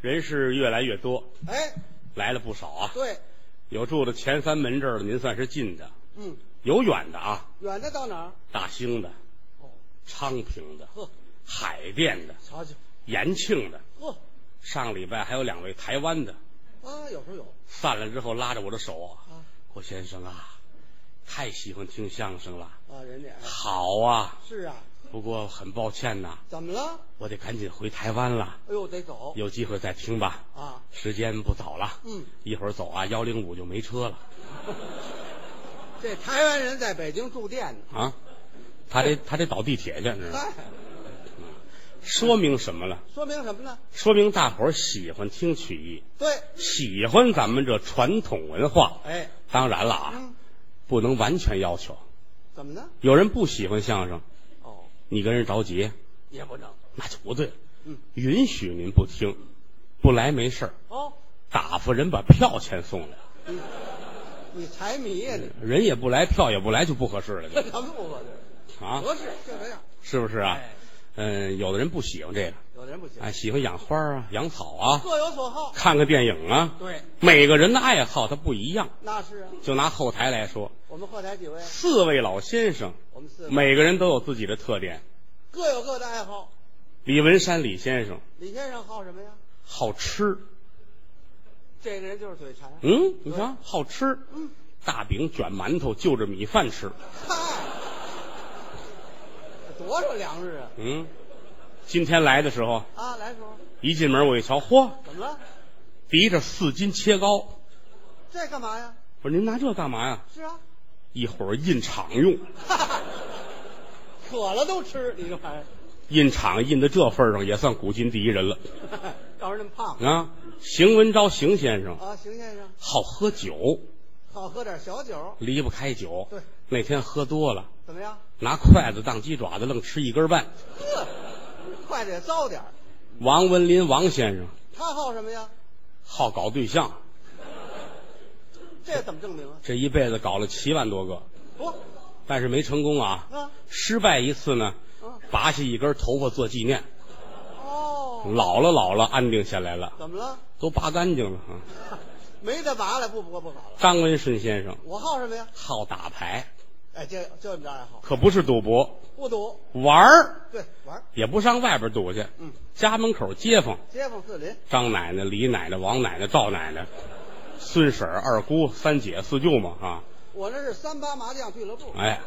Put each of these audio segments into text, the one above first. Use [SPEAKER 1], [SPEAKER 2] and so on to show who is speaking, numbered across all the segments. [SPEAKER 1] 人是越来越多，
[SPEAKER 2] 哎，
[SPEAKER 1] 来了不少啊。
[SPEAKER 2] 对，
[SPEAKER 1] 有住的前三门这儿的，您算是近的；
[SPEAKER 2] 嗯，
[SPEAKER 1] 有远的啊，
[SPEAKER 2] 远的到哪儿？
[SPEAKER 1] 大兴的、
[SPEAKER 2] 哦，
[SPEAKER 1] 昌平的、
[SPEAKER 2] 呵，
[SPEAKER 1] 海淀的、
[SPEAKER 2] 瞧瞧，
[SPEAKER 1] 延庆的。
[SPEAKER 2] 呵，
[SPEAKER 1] 上礼拜还有两位台湾的，
[SPEAKER 2] 啊，有时候有
[SPEAKER 1] 散了之后拉着我的手啊，
[SPEAKER 2] 啊
[SPEAKER 1] 郭先生啊，太喜欢听相声了，
[SPEAKER 2] 啊，人家哎
[SPEAKER 1] 好啊。
[SPEAKER 2] 是啊，
[SPEAKER 1] 不过很抱歉呐、
[SPEAKER 2] 怎么了？
[SPEAKER 1] 我得赶紧回台湾了，
[SPEAKER 2] 哎呦，得走
[SPEAKER 1] 有机会再听吧。
[SPEAKER 2] 啊，
[SPEAKER 1] 时间不早了，
[SPEAKER 2] 嗯，
[SPEAKER 1] 一会儿走啊，幺零五就没车了
[SPEAKER 2] 这台湾人在北京住店呢，
[SPEAKER 1] 啊。他得他得倒地铁去，你知道吗
[SPEAKER 2] 嗨，
[SPEAKER 1] 说明什么了？
[SPEAKER 2] 说明什么呢？
[SPEAKER 1] 说明大伙儿喜欢听曲艺，
[SPEAKER 2] 对，
[SPEAKER 1] 喜欢咱们这传统文化。
[SPEAKER 2] 哎，
[SPEAKER 1] 当然了啊，
[SPEAKER 2] 嗯，
[SPEAKER 1] 不能完全要求。
[SPEAKER 2] 怎么呢？
[SPEAKER 1] 有人不喜欢相声，
[SPEAKER 2] 哦，
[SPEAKER 1] 你跟人着急，
[SPEAKER 2] 也不能，
[SPEAKER 1] 那就不对了。
[SPEAKER 2] 嗯，
[SPEAKER 1] 允许您不听，不来没事儿，
[SPEAKER 2] 哦，
[SPEAKER 1] 打发人把票钱送来，
[SPEAKER 2] 你你财迷呀你，
[SPEAKER 1] 人也不来，票也不来，就不合适了
[SPEAKER 2] 这
[SPEAKER 1] 就，
[SPEAKER 2] 什么不合适？
[SPEAKER 1] 啊，
[SPEAKER 2] 合适就这样，
[SPEAKER 1] 是不是啊
[SPEAKER 2] 哎？
[SPEAKER 1] 嗯，有的人不喜欢这个，
[SPEAKER 2] 有的人不行，
[SPEAKER 1] 哎，喜欢养花啊、养草啊，
[SPEAKER 2] 各有所好，
[SPEAKER 1] 看看电影啊。
[SPEAKER 2] 对，
[SPEAKER 1] 每个人的爱好它不一样。
[SPEAKER 2] 那是啊，
[SPEAKER 1] 就拿后台来说，
[SPEAKER 2] 我们后台几位，
[SPEAKER 1] 四位老先生，
[SPEAKER 2] 我们四个
[SPEAKER 1] 每个人都有自己的特点。
[SPEAKER 2] 各有各的爱好。
[SPEAKER 1] 李文山李先生
[SPEAKER 2] 李先生好什么呀？
[SPEAKER 1] 好吃，
[SPEAKER 2] 这个人就是嘴馋。
[SPEAKER 1] 嗯，你瞧，好吃，
[SPEAKER 2] 嗯，
[SPEAKER 1] 大饼卷馒头就着米饭吃，
[SPEAKER 2] 嗨，这多少粮食啊！
[SPEAKER 1] 嗯。今天来的时候，
[SPEAKER 2] 啊，来说
[SPEAKER 1] 一进门我一瞧，嚯，
[SPEAKER 2] 怎么了？
[SPEAKER 1] 提着四斤切糕，
[SPEAKER 2] 这干嘛呀？
[SPEAKER 1] 我说您拿这干嘛呀？
[SPEAKER 2] 是啊，
[SPEAKER 1] 一会儿印厂用，
[SPEAKER 2] 哈哈，渴了都吃，你这玩意
[SPEAKER 1] 印厂印到这份儿上也算古今第一人了
[SPEAKER 2] 儿，告诉那么胖
[SPEAKER 1] 啊！邢文昭邢先生
[SPEAKER 2] 啊，邢先生
[SPEAKER 1] 好喝酒，
[SPEAKER 2] 好喝点小酒，
[SPEAKER 1] 离不开酒。
[SPEAKER 2] 对，
[SPEAKER 1] 那天喝多了，
[SPEAKER 2] 怎么样？
[SPEAKER 1] 拿筷子当鸡爪子，愣吃一根半。
[SPEAKER 2] 呵，快点糟点儿
[SPEAKER 1] 王文林王先生
[SPEAKER 2] 他好什么呀？
[SPEAKER 1] 好搞对象，
[SPEAKER 2] 这怎么证明啊？
[SPEAKER 1] 这一辈子搞了七万多个，
[SPEAKER 2] 不，
[SPEAKER 1] 但是没成功啊。
[SPEAKER 2] 啊，
[SPEAKER 1] 失败一次呢，
[SPEAKER 2] 嗯，
[SPEAKER 1] 拔下一根头发做纪念。
[SPEAKER 2] 哦，
[SPEAKER 1] 老了老了，安定下来了，
[SPEAKER 2] 怎么了？
[SPEAKER 1] 都拔干净了啊。
[SPEAKER 2] 没得拔了，不不不好了。
[SPEAKER 1] 张文顺先生
[SPEAKER 2] 我好什么呀？
[SPEAKER 1] 好打牌，
[SPEAKER 2] 哎，这就这么着爱好，
[SPEAKER 1] 可不是赌博，
[SPEAKER 2] 不赌，
[SPEAKER 1] 玩儿
[SPEAKER 2] 对，玩儿，
[SPEAKER 1] 也不上外边赌去，
[SPEAKER 2] 嗯，
[SPEAKER 1] 家门口街坊，
[SPEAKER 2] 街坊四邻，
[SPEAKER 1] 张奶奶、李奶奶、王奶奶、赵奶奶、孙婶儿、二姑、三姐、四舅嘛啊，
[SPEAKER 2] 我这是三八麻将俱乐部，
[SPEAKER 1] 哎，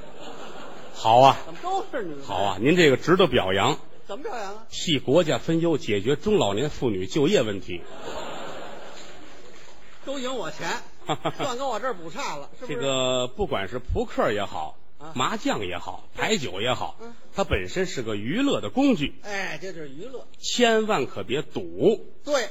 [SPEAKER 1] 好啊，
[SPEAKER 2] 怎么都是你？
[SPEAKER 1] 好啊，，您这个值得表扬，
[SPEAKER 2] 怎么表扬啊？
[SPEAKER 1] 替国家分忧，解决中老年妇女就业问题，，
[SPEAKER 2] 都赢我钱算跟我这儿补差了，是不
[SPEAKER 1] 这
[SPEAKER 2] 是？
[SPEAKER 1] 个不管是扑克也好
[SPEAKER 2] 啊。
[SPEAKER 1] 麻将也好，牌九也好
[SPEAKER 2] 嗯，
[SPEAKER 1] 它本身是个娱乐的工具，
[SPEAKER 2] 哎，这就是娱乐。
[SPEAKER 1] 千万可别赌。
[SPEAKER 2] 对，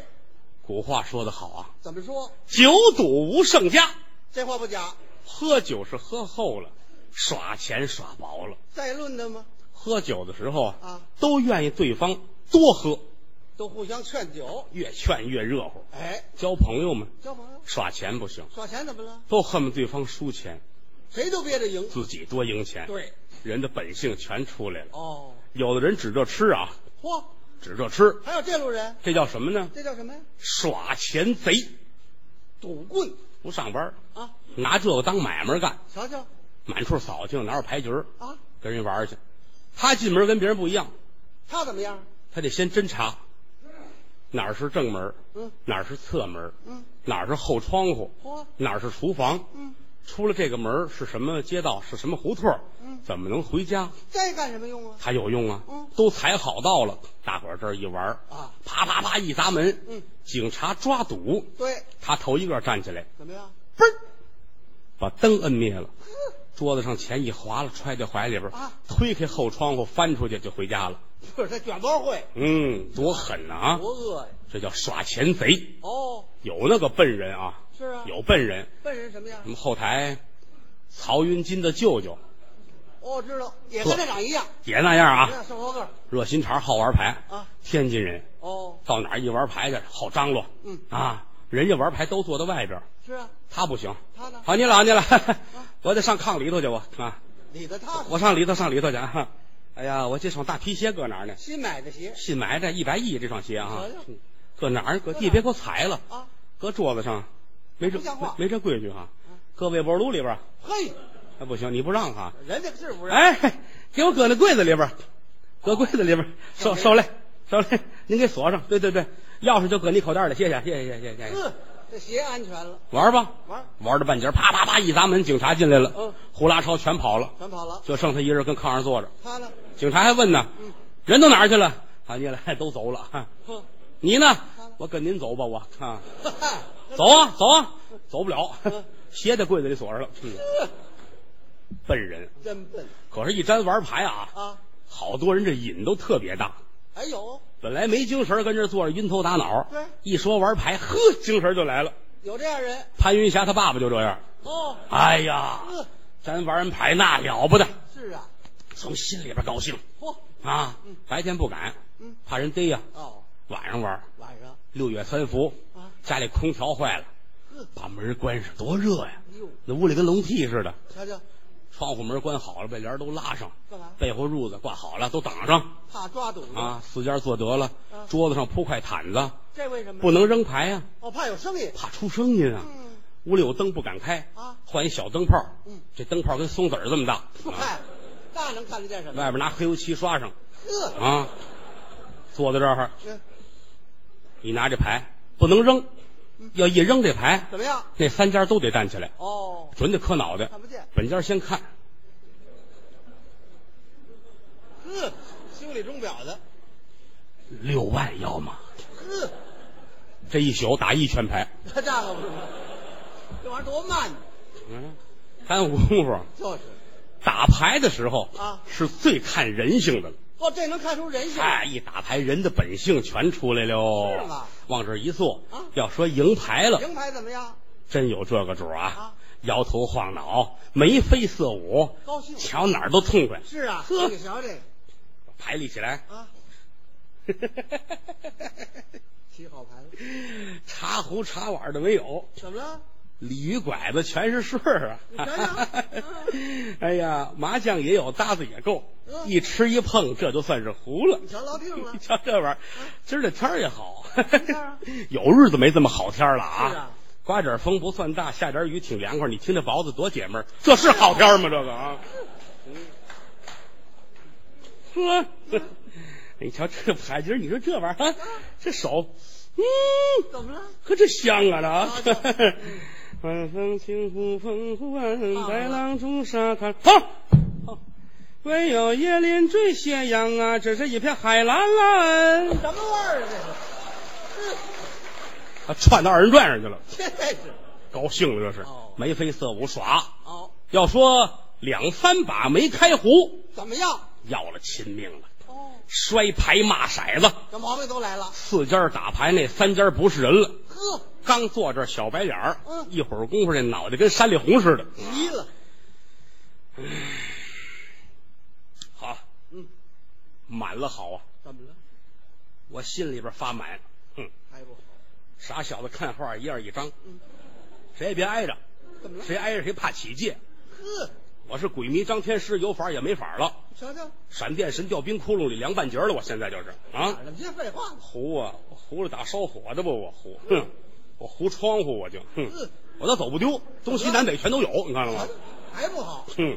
[SPEAKER 1] 古话说得好啊，
[SPEAKER 2] 怎么说？
[SPEAKER 1] 酒赌无胜家。
[SPEAKER 2] 这话不假，
[SPEAKER 1] 喝酒是喝厚了，耍钱耍薄了。
[SPEAKER 2] 再论的吗？
[SPEAKER 1] 喝酒的时候啊，
[SPEAKER 2] 啊，
[SPEAKER 1] 都愿意对方多喝，
[SPEAKER 2] 都互相劝酒。
[SPEAKER 1] 越劝越热乎。
[SPEAKER 2] 哎，
[SPEAKER 1] 交朋友嘛，
[SPEAKER 2] 交朋友，
[SPEAKER 1] 耍钱不行，
[SPEAKER 2] 耍钱怎么了？
[SPEAKER 1] 都恨不得对方输钱，
[SPEAKER 2] 谁都憋着赢。
[SPEAKER 1] 自己多赢钱。，
[SPEAKER 2] 对，
[SPEAKER 1] 人的本性全出来了。
[SPEAKER 2] 哦，
[SPEAKER 1] 有的人指这吃啊，
[SPEAKER 2] 嚯，
[SPEAKER 1] 指这吃，
[SPEAKER 2] 还有这路人，
[SPEAKER 1] 这叫什么呢？
[SPEAKER 2] 这叫什么呀？
[SPEAKER 1] 耍钱贼，
[SPEAKER 2] 赌棍
[SPEAKER 1] 不上班，
[SPEAKER 2] 啊！
[SPEAKER 1] 拿这个当买卖干，
[SPEAKER 2] 瞧瞧
[SPEAKER 1] 满处扫兴，哪有牌局儿
[SPEAKER 2] 啊，
[SPEAKER 1] 跟人玩儿去？他进门跟别人不一样，
[SPEAKER 2] 他怎么样？
[SPEAKER 1] 他得先侦查哪儿是正门，
[SPEAKER 2] 嗯
[SPEAKER 1] 哪儿是侧门，
[SPEAKER 2] 嗯，
[SPEAKER 1] 哪儿是后窗户，
[SPEAKER 2] 嚯，
[SPEAKER 1] 哪儿是厨房。
[SPEAKER 2] 嗯，
[SPEAKER 1] 出了这个门儿是什么街道，是什么胡同儿，
[SPEAKER 2] 嗯
[SPEAKER 1] 怎么能回家？
[SPEAKER 2] 这干什么用啊？
[SPEAKER 1] 还有用啊！
[SPEAKER 2] 嗯
[SPEAKER 1] 都踩好道了，大伙儿这儿一玩儿，
[SPEAKER 2] 啊，
[SPEAKER 1] 啪啪啪一砸门，
[SPEAKER 2] 嗯，
[SPEAKER 1] 警察抓赌，
[SPEAKER 2] 对，
[SPEAKER 1] 他头一个站起来，
[SPEAKER 2] 怎么样？
[SPEAKER 1] 嘣儿，把灯摁灭了，桌子上钱一划了，揣在怀里边儿
[SPEAKER 2] 啊，
[SPEAKER 1] 推开后窗户翻出去就回家了。
[SPEAKER 2] 不是他卷包会，
[SPEAKER 1] 嗯，多狠呐啊！
[SPEAKER 2] 多饿呀！
[SPEAKER 1] 这叫耍钱贼。
[SPEAKER 2] 哦，
[SPEAKER 1] 有那个笨人啊，
[SPEAKER 2] 是啊，
[SPEAKER 1] 有笨人，
[SPEAKER 2] 笨人什么样
[SPEAKER 1] 什？么后台曹云金的舅舅
[SPEAKER 2] 哦，知道，也跟那长一样，
[SPEAKER 1] 也那样嗯啊，
[SPEAKER 2] 那瘦高个儿
[SPEAKER 1] 热心肠，好玩牌，
[SPEAKER 2] 啊。
[SPEAKER 1] 天津人，
[SPEAKER 2] 哦，
[SPEAKER 1] 到哪儿一玩牌去好张罗
[SPEAKER 2] 嗯，
[SPEAKER 1] 啊，人家玩牌都坐在外边，
[SPEAKER 2] 是啊，
[SPEAKER 1] 他不行。
[SPEAKER 2] 他呢？
[SPEAKER 1] 好，你老你老， 我得上炕里头去，我啊，
[SPEAKER 2] 理得他
[SPEAKER 1] 我上里头上里头去啊。哎呀，我这双大皮鞋搁哪儿呢？
[SPEAKER 2] 新买的鞋，
[SPEAKER 1] 新买的，一百一这双鞋啊
[SPEAKER 2] 瞧瞧，
[SPEAKER 1] 搁哪儿？搁地别给我踩了，
[SPEAKER 2] 啊，
[SPEAKER 1] 搁桌子上，没这
[SPEAKER 2] 不像
[SPEAKER 1] 没
[SPEAKER 2] 话
[SPEAKER 1] 没这规矩哈
[SPEAKER 2] 嗯。
[SPEAKER 1] 搁微波炉里边儿，
[SPEAKER 2] 嘿，
[SPEAKER 1] 那不行，你不让哈。
[SPEAKER 2] 人家是不是？
[SPEAKER 1] 哎，给我搁那柜子里边儿，搁柜子里边儿，收收来，收来，您给锁上。对对对，钥匙就搁你口袋里，谢谢谢谢谢谢谢谢。
[SPEAKER 2] 呵，嗯这鞋安全了，
[SPEAKER 1] 玩儿吧，
[SPEAKER 2] 玩儿
[SPEAKER 1] 玩到半截儿，啪啪啪一砸门，警察进来了，
[SPEAKER 2] 嗯
[SPEAKER 1] 呼啦超全跑了，
[SPEAKER 2] 全跑了。
[SPEAKER 1] 就剩他一人跟炕上坐着。
[SPEAKER 2] 他呢？
[SPEAKER 1] 警察还问呢，
[SPEAKER 2] 嗯
[SPEAKER 1] 人都哪儿去了？他进来都走了。 哈
[SPEAKER 2] 哼，
[SPEAKER 1] 你呢
[SPEAKER 2] 嗯？
[SPEAKER 1] 我跟您走吧，我啊，
[SPEAKER 2] 哈哈
[SPEAKER 1] 走啊走啊，走不了
[SPEAKER 2] 嗯，
[SPEAKER 1] 鞋在柜子里锁上了。嗯，
[SPEAKER 2] 呵
[SPEAKER 1] 笨人，
[SPEAKER 2] 真笨
[SPEAKER 1] 可是，一沾玩牌啊，
[SPEAKER 2] 啊！
[SPEAKER 1] 好多人这瘾都特别大。
[SPEAKER 2] 哎有
[SPEAKER 1] 本来没精神儿，跟这儿坐着晕头打脑
[SPEAKER 2] 对，
[SPEAKER 1] 一说玩牌，呵，精神儿就来了。
[SPEAKER 2] 有这样人
[SPEAKER 1] 潘云霞他爸爸就这样，
[SPEAKER 2] 哦。嗯
[SPEAKER 1] 哎呀，
[SPEAKER 2] 呵，
[SPEAKER 1] 咱玩完牌那了不得，
[SPEAKER 2] 是啊，
[SPEAKER 1] 从心里边高兴
[SPEAKER 2] 嚯，
[SPEAKER 1] 啊
[SPEAKER 2] 嗯。
[SPEAKER 1] 白天不敢，
[SPEAKER 2] 嗯，
[SPEAKER 1] 怕人逮呀，
[SPEAKER 2] 哦，
[SPEAKER 1] 晚上玩。
[SPEAKER 2] 晚上
[SPEAKER 1] 六月三伏，
[SPEAKER 2] 啊，
[SPEAKER 1] 家里空调坏了，
[SPEAKER 2] 呵，
[SPEAKER 1] 把门关上，多热呀！
[SPEAKER 2] 哎呦，
[SPEAKER 1] 那屋里跟笼屉似的，
[SPEAKER 2] 瞧瞧，
[SPEAKER 1] 窗户门关好了，被帘儿都拉上，
[SPEAKER 2] 干嘛？
[SPEAKER 1] 被窝褥子挂好了，都挡上
[SPEAKER 2] 怕抓赌的
[SPEAKER 1] 啊。四间坐得了
[SPEAKER 2] 啊，
[SPEAKER 1] 桌子上铺块毯子，
[SPEAKER 2] 这为什么？
[SPEAKER 1] 不能扔牌呀、
[SPEAKER 2] 哦，怕有生意。
[SPEAKER 1] 怕出声音啊。
[SPEAKER 2] 嗯
[SPEAKER 1] 屋里有灯不敢开，
[SPEAKER 2] 啊，
[SPEAKER 1] 换一小灯泡，
[SPEAKER 2] 嗯，
[SPEAKER 1] 这灯泡跟松子儿这么大，啊
[SPEAKER 2] 嗨，那能看得见什么？
[SPEAKER 1] 外边拿黑油漆刷上
[SPEAKER 2] 呵，
[SPEAKER 1] 啊，坐在这儿，
[SPEAKER 2] 这
[SPEAKER 1] 你拿这牌不能扔，要一扔这牌，
[SPEAKER 2] 嗯怎么样？
[SPEAKER 1] 那三家都得站起来，
[SPEAKER 2] 哦，
[SPEAKER 1] 准得磕脑袋。
[SPEAKER 2] 看不见。
[SPEAKER 1] 本家先看，
[SPEAKER 2] 呵，修理钟表的。
[SPEAKER 1] 六万要吗？
[SPEAKER 2] 呵，
[SPEAKER 1] 这一宿打一圈牌，
[SPEAKER 2] 这可不是吗？这玩意儿多慢呢，
[SPEAKER 1] 嗯，耽误功夫。
[SPEAKER 2] 就是。
[SPEAKER 1] 打牌的时候
[SPEAKER 2] 啊
[SPEAKER 1] 是最看人性的了。
[SPEAKER 2] 哦，这能看出人性。
[SPEAKER 1] 哎，一打牌，人的本性全出来了。
[SPEAKER 2] 是吗
[SPEAKER 1] 往这儿一坐，
[SPEAKER 2] 啊
[SPEAKER 1] 要说赢牌了，
[SPEAKER 2] 名牌怎么样？
[SPEAKER 1] 真有这个主儿啊！
[SPEAKER 2] 啊
[SPEAKER 1] 摇头晃脑，眉飞色舞，
[SPEAKER 2] 高兴。
[SPEAKER 1] 瞧哪儿都痛快。
[SPEAKER 2] 是啊，
[SPEAKER 1] 呵
[SPEAKER 2] 你瞧这
[SPEAKER 1] 牌立起来，
[SPEAKER 2] 个啊，起好牌了。
[SPEAKER 1] 茶壶茶碗的没有，
[SPEAKER 2] 怎么了？
[SPEAKER 1] 鲤鱼拐子全是事儿
[SPEAKER 2] 你瞧瞧
[SPEAKER 1] 啊！ 哎呀，麻将也有，搭子也够，
[SPEAKER 2] 嗯
[SPEAKER 1] 一吃一碰，这就算是胡了
[SPEAKER 2] 你。瞧老定了
[SPEAKER 1] 你。 瞧这玩意儿，今儿这天儿也好
[SPEAKER 2] 啊天儿啊，
[SPEAKER 1] 有日子没这么好天儿了啊！
[SPEAKER 2] 是啊
[SPEAKER 1] 刮点风不算大，下点雨挺凉快，你听这雹子多解闷儿，这是好天儿吗？这个啊，
[SPEAKER 2] 嗯
[SPEAKER 1] 呵，你哎瞧这牌局，你说这玩意儿啊，这手，嗯，
[SPEAKER 2] 怎么了？
[SPEAKER 1] 可这香啊！这啊
[SPEAKER 2] 啊这嗯，
[SPEAKER 1] 晚风轻呼澎湖湾
[SPEAKER 2] 好，
[SPEAKER 1] 白浪逐沙滩。好，好，唯有椰林缀斜阳啊，只是一片海蓝蓝。
[SPEAKER 2] 什么味儿啊？
[SPEAKER 1] 啊，串到二人转上去了，
[SPEAKER 2] 这是，这是。
[SPEAKER 1] 高兴了这是
[SPEAKER 2] 哦，
[SPEAKER 1] 眉飞色舞耍。
[SPEAKER 2] 哦，
[SPEAKER 1] 要说两三把没开胡，
[SPEAKER 2] 怎么样？
[SPEAKER 1] 要了亲命了，
[SPEAKER 2] 哦，
[SPEAKER 1] 摔牌骂骰子，
[SPEAKER 2] 这毛病都来了。
[SPEAKER 1] 四家打牌那三家不是人了。
[SPEAKER 2] 呵，
[SPEAKER 1] 刚坐这儿小白脸儿，
[SPEAKER 2] 嗯
[SPEAKER 1] 一会儿功夫这脑袋跟山里红似的。
[SPEAKER 2] 急了。
[SPEAKER 1] 好，
[SPEAKER 2] 嗯，
[SPEAKER 1] 满了好啊，
[SPEAKER 2] 怎么了？
[SPEAKER 1] 我心里边发满。哼，
[SPEAKER 2] 还不好。
[SPEAKER 1] 傻小子看画一样一张，
[SPEAKER 2] 嗯，
[SPEAKER 1] 谁也别挨着，
[SPEAKER 2] 怎么了？
[SPEAKER 1] 谁挨着谁怕起戒。
[SPEAKER 2] 呵，
[SPEAKER 1] 我是鬼迷张天师，有法也没法了。
[SPEAKER 2] 瞧瞧，
[SPEAKER 1] 闪电神掉冰窟窿里凉半截了，我现在就是
[SPEAKER 2] 哪
[SPEAKER 1] 啊
[SPEAKER 2] 儿，那么些废话呢？
[SPEAKER 1] 胡啊，我胡了打烧火的不，我胡，哼，我胡窗户我就，哼
[SPEAKER 2] 嗯，
[SPEAKER 1] 我倒走不丢，东西南北全都有，你看了
[SPEAKER 2] 瞧
[SPEAKER 1] 吗
[SPEAKER 2] 瞧？还不好？
[SPEAKER 1] 哼，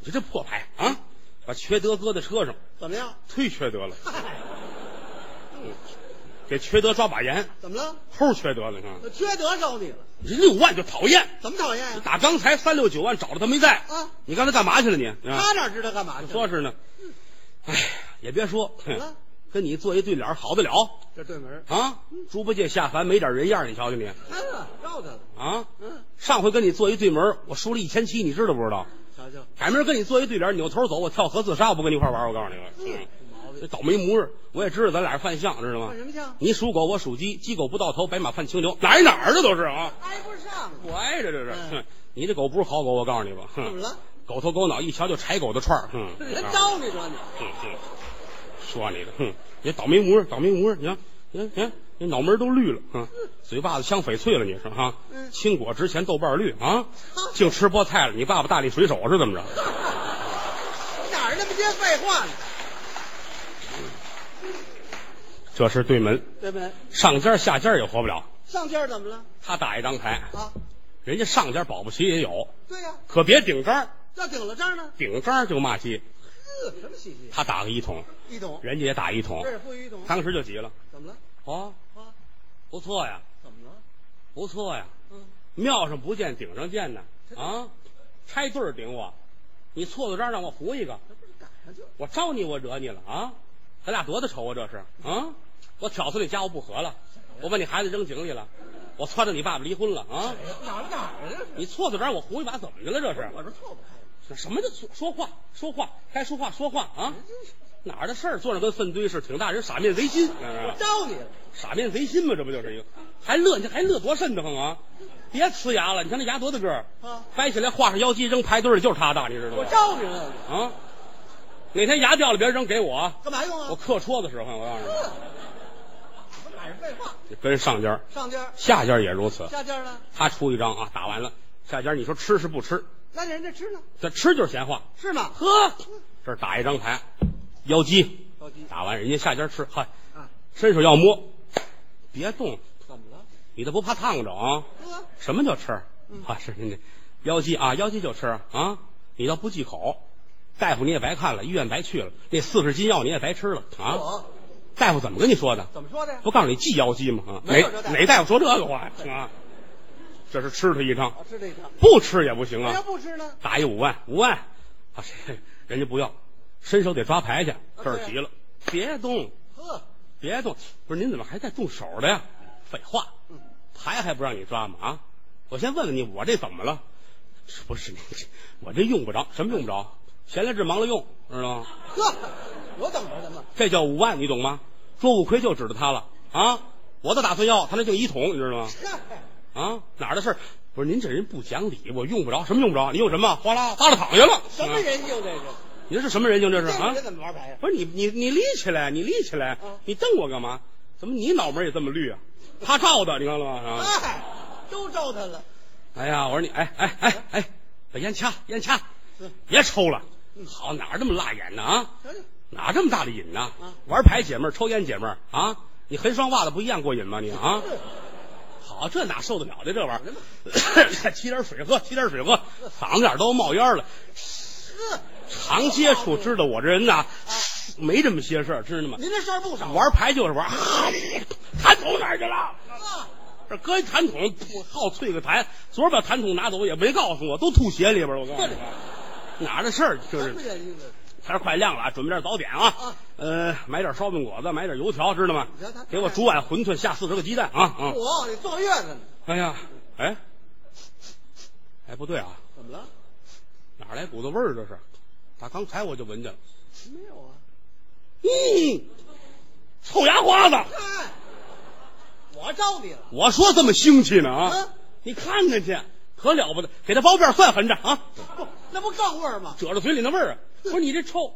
[SPEAKER 1] 你说这破牌啊，把缺德搁在车上，
[SPEAKER 2] 怎么样？
[SPEAKER 1] 忒缺德了，
[SPEAKER 2] 嗨，
[SPEAKER 1] 给缺德抓把盐，
[SPEAKER 2] 怎么了？
[SPEAKER 1] 齁缺德了，你看。
[SPEAKER 2] 我缺德招你了？
[SPEAKER 1] 你这六万就讨厌。
[SPEAKER 2] 怎么讨厌呀？
[SPEAKER 1] 打刚才三六九万找着他没在
[SPEAKER 2] 啊，
[SPEAKER 1] 你刚才干嘛去了你？啊
[SPEAKER 2] 他哪知道干嘛去？
[SPEAKER 1] 说是呢，哎，也别说，
[SPEAKER 2] 怎么了
[SPEAKER 1] 哼跟你做一对脸好得了
[SPEAKER 2] 这对门儿，
[SPEAKER 1] 啊？猪八戒下凡没点人样，你瞧瞧你
[SPEAKER 2] 看了，绕他了。
[SPEAKER 1] 啊！
[SPEAKER 2] 嗯，
[SPEAKER 1] 上回跟你做一对门，我输了一千七，你知道不知道？
[SPEAKER 2] 瞧瞧，
[SPEAKER 1] 改明儿跟你做一对脸，扭头走，我跳河自杀，我不跟你一块玩，我告诉你
[SPEAKER 2] 嗯
[SPEAKER 1] 们，，
[SPEAKER 2] 毛
[SPEAKER 1] 这
[SPEAKER 2] 病。
[SPEAKER 1] 倒霉模样，我也知道咱俩是犯相，知道吗
[SPEAKER 2] 犯什？么相？
[SPEAKER 1] 你属狗，我属鸡，鸡狗不到头，白马犯青牛，哪儿哪儿的都是啊！
[SPEAKER 2] 挨不上。
[SPEAKER 1] 不挨着这是。
[SPEAKER 2] 嗯
[SPEAKER 1] 哼你这狗不是好狗，我告诉你吧。哼
[SPEAKER 2] 怎么了？
[SPEAKER 1] 狗头狗脑一瞧就柴狗的串儿。哼，啊
[SPEAKER 2] 人招你说你，
[SPEAKER 1] 哼哼，说你的，哼，你倒霉模样，倒霉模样，你看，你看，你看，你脑门儿都绿了，哼，嘴巴子香翡翠了，你是哈？
[SPEAKER 2] 嗯
[SPEAKER 1] 青果值钱，豆瓣儿绿啊，净吃菠菜了。你爸爸大力水手是怎么着？
[SPEAKER 2] 哪儿那么些废话呢？
[SPEAKER 1] 这是对门，
[SPEAKER 2] 对门
[SPEAKER 1] 上家下家也活不了。
[SPEAKER 2] 上家怎么了？
[SPEAKER 1] 他打一张牌，
[SPEAKER 2] 啊，
[SPEAKER 1] 人家上家保不齐也有，
[SPEAKER 2] 对呀、
[SPEAKER 1] 可别顶张，
[SPEAKER 2] 要顶了账呢，
[SPEAKER 1] 顶张就骂街。
[SPEAKER 2] 呵，什么戏剧？
[SPEAKER 1] 他打个一桶，
[SPEAKER 2] 一桶，
[SPEAKER 1] 人家也打一桶
[SPEAKER 2] 这，是富裕一桶，
[SPEAKER 1] 当时就急了。
[SPEAKER 2] 怎么了？
[SPEAKER 1] 哦，
[SPEAKER 2] 啊，
[SPEAKER 1] 不错呀，
[SPEAKER 2] 怎么了？
[SPEAKER 1] 不错呀，
[SPEAKER 2] 嗯，
[SPEAKER 1] 庙上不见顶上见呢啊！拆对儿顶我，你错错张让我胡一个，
[SPEAKER 2] 这不是赶上就
[SPEAKER 1] 我招你我惹你了啊！咱俩多大仇啊这是啊！我挑唆你家务不和了，我把你孩子扔井里了，我撺掇你爸爸离婚了啊！
[SPEAKER 2] 哪儿哪儿啊？
[SPEAKER 1] 你错错张我胡一把怎么的了这是？
[SPEAKER 2] 我这错不开，
[SPEAKER 1] 这什么叫说说话说话该说话说话啊？
[SPEAKER 2] 真是
[SPEAKER 1] 哪儿的事儿坐那跟粪堆似的，挺大人傻面贼心，啊
[SPEAKER 2] 我招你了，
[SPEAKER 1] 傻面贼心嘛，这不就是一个？还乐你还乐多瘆得慌啊！别呲牙了，你看那牙多大个儿
[SPEAKER 2] 啊
[SPEAKER 1] 掰起来画上腰肌扔排队儿里就是他大，你知道
[SPEAKER 2] 我
[SPEAKER 1] 吗？
[SPEAKER 2] 招你了，
[SPEAKER 1] 啊！哪天牙掉了别扔给我啊，
[SPEAKER 2] 干嘛用啊？
[SPEAKER 1] 我刻戳子使唤，我告诉你
[SPEAKER 2] 我哪是废话？，
[SPEAKER 1] 这跟上家儿
[SPEAKER 2] 上家
[SPEAKER 1] 下家儿也如此。
[SPEAKER 2] 下家呢？
[SPEAKER 1] 他出一张啊，打完了，下家儿你说吃是不吃？
[SPEAKER 2] 那人家吃呢？嗯
[SPEAKER 1] 这吃就是闲话。
[SPEAKER 2] 是吗？
[SPEAKER 1] 呵，这儿打一张牌，腰肌
[SPEAKER 2] 着急
[SPEAKER 1] 打完，人家下家儿吃，嗨，
[SPEAKER 2] 啊？
[SPEAKER 1] 伸手要摸，别动，
[SPEAKER 2] 怎么了？
[SPEAKER 1] 你都不怕烫着啊？
[SPEAKER 2] 呵，
[SPEAKER 1] 什么叫吃？
[SPEAKER 2] 嗯
[SPEAKER 1] 啊，是您这腰肌啊，腰肌就吃啊！你要不忌口，大夫你也白看了，医院白去了，那四十斤药你也白吃了啊！
[SPEAKER 2] 我
[SPEAKER 1] 大夫怎么跟你说的？
[SPEAKER 2] 怎么说的呀？
[SPEAKER 1] 不告诉你忌腰肌吗？啊，
[SPEAKER 2] 没
[SPEAKER 1] 哪
[SPEAKER 2] 有这大夫
[SPEAKER 1] 哪大夫说这个话呀？啊，这是吃他一张，
[SPEAKER 2] 我啊吃这一套，
[SPEAKER 1] 不吃也不行
[SPEAKER 2] 那要
[SPEAKER 1] 啊！
[SPEAKER 2] 不吃呢？
[SPEAKER 1] 打一五万，五万，啊，谁人家不要，伸手得抓牌去，这儿
[SPEAKER 2] 对啊
[SPEAKER 1] 急了，别动，
[SPEAKER 2] 呵，
[SPEAKER 1] 别动！不是您怎么还在动手的呀？废话，
[SPEAKER 2] 嗯，
[SPEAKER 1] 牌还不让你抓吗？啊！我先问问你，我这怎么了？不是你， 我这用不着，什么用不着？闲来至忙了用，知道吗？
[SPEAKER 2] 呵，我等着呢嘛。
[SPEAKER 1] 这叫五万，你懂吗？捉五亏就指着他了啊！我倒打算要，他那就一桶，你知道吗？
[SPEAKER 2] 嗨，
[SPEAKER 1] 啊，哪儿的事儿？不是您这人不讲理，我用不着，什么用不着？你用什么？哗啦扒拉躺下了。
[SPEAKER 2] 什么
[SPEAKER 1] 啊？
[SPEAKER 2] 人性这是？
[SPEAKER 1] 你这是什么人性？这
[SPEAKER 2] 这
[SPEAKER 1] 是
[SPEAKER 2] 种
[SPEAKER 1] 啊
[SPEAKER 2] 人？怎么玩牌呀？
[SPEAKER 1] 不是你你你立起来，你立起来
[SPEAKER 2] 嗯，
[SPEAKER 1] 你瞪我干嘛？怎么你脑门也这么绿啊？他照的，你看了吗？啊！
[SPEAKER 2] 哎，都招他了。
[SPEAKER 1] 哎呀，我说你，哎哎哎哎，把烟掐，烟掐，
[SPEAKER 2] 是，
[SPEAKER 1] 别抽了
[SPEAKER 2] 嗯。
[SPEAKER 1] 好，哪儿这么辣眼呢啊？
[SPEAKER 2] 瞧瞧，
[SPEAKER 1] 哪儿这么大的瘾呢
[SPEAKER 2] 啊？
[SPEAKER 1] 玩牌解闷儿，抽烟解闷儿啊？你横双袜子不一样过瘾吗？你啊？好，这哪受得了的这玩意儿？沏点水喝，沏点水喝，嗓子眼儿都冒烟了。
[SPEAKER 2] 呵，
[SPEAKER 1] 常接触，知道我这人呐，没这么些事儿，知道吗？
[SPEAKER 2] 您这事儿不少。
[SPEAKER 1] 玩牌就是玩，啊痰桶哪儿去了？
[SPEAKER 2] 啊，
[SPEAKER 1] 这搁一痰桶，我好啐个痰。昨儿把痰桶拿走也没告诉我，都吐血里边儿了。我告诉你，哪儿的事儿？这
[SPEAKER 2] 什
[SPEAKER 1] 是
[SPEAKER 2] 么人性这是？
[SPEAKER 1] 天儿快亮了啊，准备点早点啊。
[SPEAKER 2] 啊
[SPEAKER 1] 呃，买点烧饼果子，买点油条，知道吗
[SPEAKER 2] 你瞧他？
[SPEAKER 1] 给我煮碗馄饨，下四十个鸡蛋啊啊！
[SPEAKER 2] 我得坐月子呢。
[SPEAKER 1] 哎呀，哎，哎，不对啊，
[SPEAKER 2] 怎么了？
[SPEAKER 1] 哪儿来股子味儿？这是，打刚才我就闻见了。
[SPEAKER 2] 没有啊。
[SPEAKER 1] 嗯，臭牙花子，
[SPEAKER 2] 嗨，我招你了。
[SPEAKER 1] 我说这么腥气呢啊
[SPEAKER 2] 嗯！
[SPEAKER 1] 你看看去，可了不得，给他包辫儿算横着啊！
[SPEAKER 2] 不，那不更味儿吗？
[SPEAKER 1] 褶着嘴里那味儿啊！不是你这臭，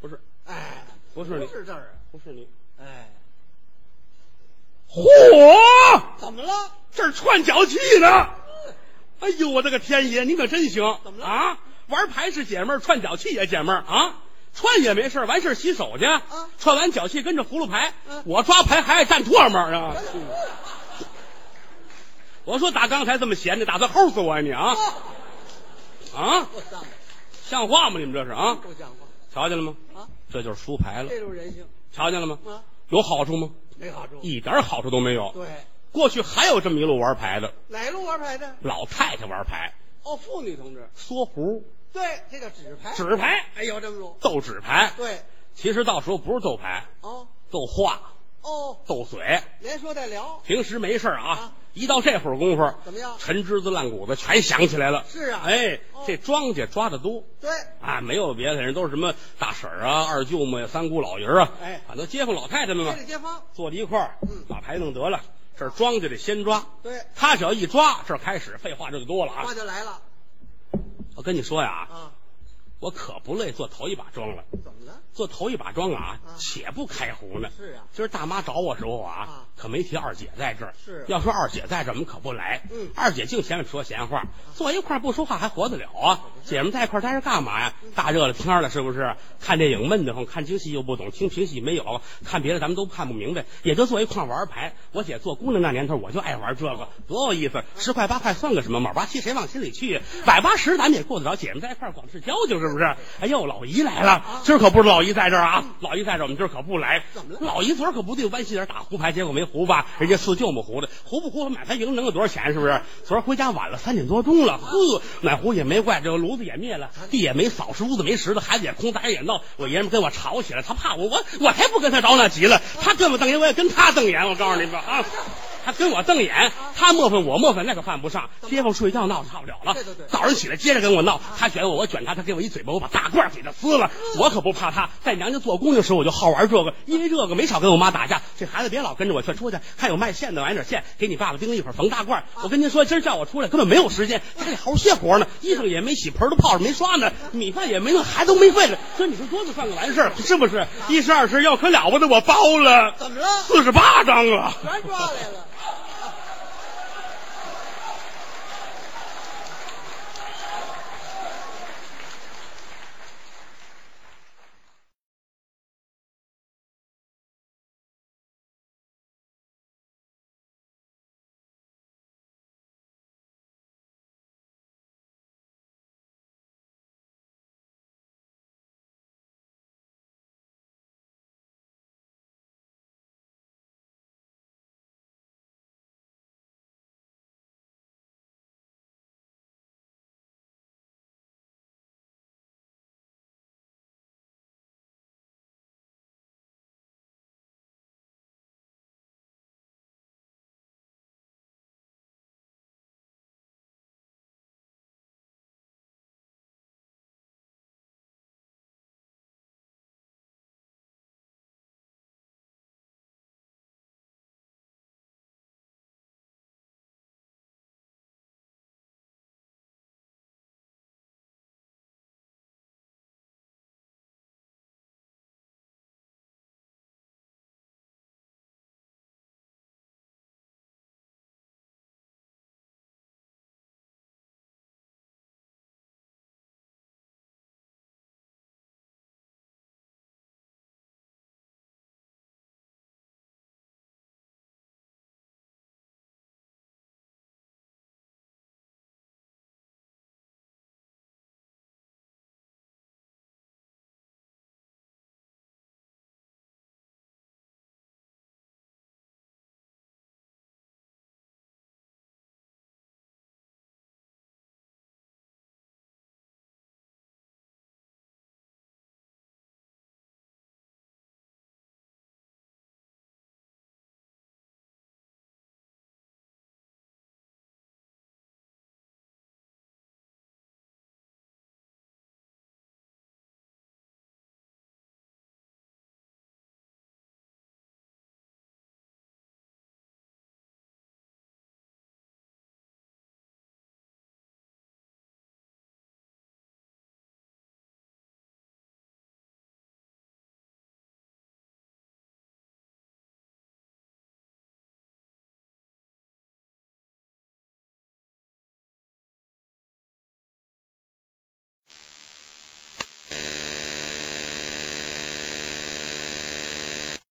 [SPEAKER 1] 不是
[SPEAKER 2] 哎，
[SPEAKER 1] 不是你
[SPEAKER 2] 不是这儿啊。
[SPEAKER 1] 不是你，
[SPEAKER 2] 哎，
[SPEAKER 1] 嚯！
[SPEAKER 2] 怎么了？
[SPEAKER 1] 这儿串脚气呢！哎呦，我的个天爷，您可真行！
[SPEAKER 2] 怎么了
[SPEAKER 1] 啊？玩牌是解闷儿，串脚气也解闷儿啊！串也没事儿，完事儿洗手去。串完脚气跟着葫芦牌，
[SPEAKER 2] 啊嗯
[SPEAKER 1] 我抓牌还爱蘸唾沫儿
[SPEAKER 2] 哎
[SPEAKER 1] 啊！我说打刚才这么闲的，打算齁死我呀、你啊
[SPEAKER 2] 哦
[SPEAKER 1] 啊！
[SPEAKER 2] 我上
[SPEAKER 1] 像话吗？你们这是啊？
[SPEAKER 2] 不像话
[SPEAKER 1] 瞧见了吗？
[SPEAKER 2] 啊！
[SPEAKER 1] 这就是输牌了
[SPEAKER 2] 这，种人性
[SPEAKER 1] 瞧见了吗？
[SPEAKER 2] 啊，
[SPEAKER 1] 有好处吗？
[SPEAKER 2] 没好处。
[SPEAKER 1] 一点好处都没有。
[SPEAKER 2] 对，
[SPEAKER 1] 过去还有这么一路玩牌的，
[SPEAKER 2] 哪路玩牌的？
[SPEAKER 1] 老太太玩牌，
[SPEAKER 2] 哦，妇女同志。
[SPEAKER 1] 缩胡、
[SPEAKER 2] 对，这叫纸牌。
[SPEAKER 1] 纸牌，
[SPEAKER 2] 哎，有这么路。
[SPEAKER 1] 斗纸牌。
[SPEAKER 2] 对，
[SPEAKER 1] 其实到时候不是斗牌，
[SPEAKER 2] 哦
[SPEAKER 1] 斗话、
[SPEAKER 2] 哦，
[SPEAKER 1] 斗嘴。
[SPEAKER 2] 连说带聊，
[SPEAKER 1] 平时没事儿啊
[SPEAKER 2] 啊，
[SPEAKER 1] 一到这会儿功夫，
[SPEAKER 2] 怎么样？
[SPEAKER 1] 陈枝子烂谷子全想起来了。
[SPEAKER 2] 是啊哎
[SPEAKER 1] 哎
[SPEAKER 2] 哦，
[SPEAKER 1] 这庄稼抓的多
[SPEAKER 2] 对，
[SPEAKER 1] 啊，没有别的人，都是什么大婶儿啊、二舅母呀、三姑老爷儿啊，
[SPEAKER 2] 哎
[SPEAKER 1] 反正街坊老太太们嘛
[SPEAKER 2] 街，里街坊。
[SPEAKER 1] 坐在一块儿
[SPEAKER 2] 嗯，
[SPEAKER 1] 把牌弄得了。这儿庄稼得先抓，
[SPEAKER 2] 对，
[SPEAKER 1] 他只要
[SPEAKER 2] 哎
[SPEAKER 1] 一抓，这儿开始废话这就多了啊
[SPEAKER 2] 话！就来了
[SPEAKER 1] 我跟你说呀，
[SPEAKER 2] 啊！
[SPEAKER 1] 我可不累做头一把庄了，
[SPEAKER 2] 怎么了？
[SPEAKER 1] 做头一把庄啊
[SPEAKER 2] 啊，
[SPEAKER 1] 且不开胡呢。
[SPEAKER 2] 是啊
[SPEAKER 1] 今儿大妈找我时候啊
[SPEAKER 2] 啊，
[SPEAKER 1] 可没提二姐在这儿。
[SPEAKER 2] 是啊
[SPEAKER 1] 要说二姐在这儿，我们可不来。
[SPEAKER 2] 嗯
[SPEAKER 1] 二姐净嫌我们说闲话，坐一块儿不说话还活得了啊？姐们在一块儿待着干嘛呀？大热了天儿了，是不是？看电影闷得慌，看京戏又不懂，听评戏没有，看别的咱们都看不明白，也就坐一块儿玩儿牌。我姐做姑娘那年头，我就爱玩这个，多有意思！十块八块算个什么嘛？八七谁往心里去？百八十咱们也过得着，姐们在一块儿广是交情，是不是？哎呦，老姨来了，今儿可不是老姨在这儿啊！老姨在这儿，我们今儿可不来。
[SPEAKER 2] 怎么了
[SPEAKER 1] 老姨昨儿可不对弯心眼儿打胡牌，结果没胡吧？人家四舅母胡的，胡不胡买他赢能有多少钱？是不是？昨儿回家晚了，三点多钟了，呵，买胡也没怪，这个炉子也灭了，地也没扫，是屋子没拾的，孩子也空，大家也闹，我爷们跟我吵起来，他怕我，我我才不跟他着那急了，他跟我瞪眼，我也跟他瞪眼，我告诉你吧啊。他跟我瞪眼，他磨粉我磨粉，那可犯不上。街坊睡觉闹得差不了了
[SPEAKER 2] 对对对，
[SPEAKER 1] 早上起来接着跟我闹，他卷我，我卷他，他给我一嘴巴，我把大褂给他撕了。我可不怕他，在娘家做姑娘时候我就好玩这个，因为这个没少跟我妈打架。这孩子别老跟着我去，出去看有卖线的，买点线给你爸爸盯一会儿缝大褂。我跟您说，今儿叫我出来根本没有时间，家里好好歇活呢，衣裳也没洗，盆儿都泡着没刷呢，米饭也没弄，孩子都没喂呢。说你说桌子算个完事儿是不是？一十二十要可了不得，我包了
[SPEAKER 2] 怎么了
[SPEAKER 1] 四十八张了。
[SPEAKER 2] 全抓来了。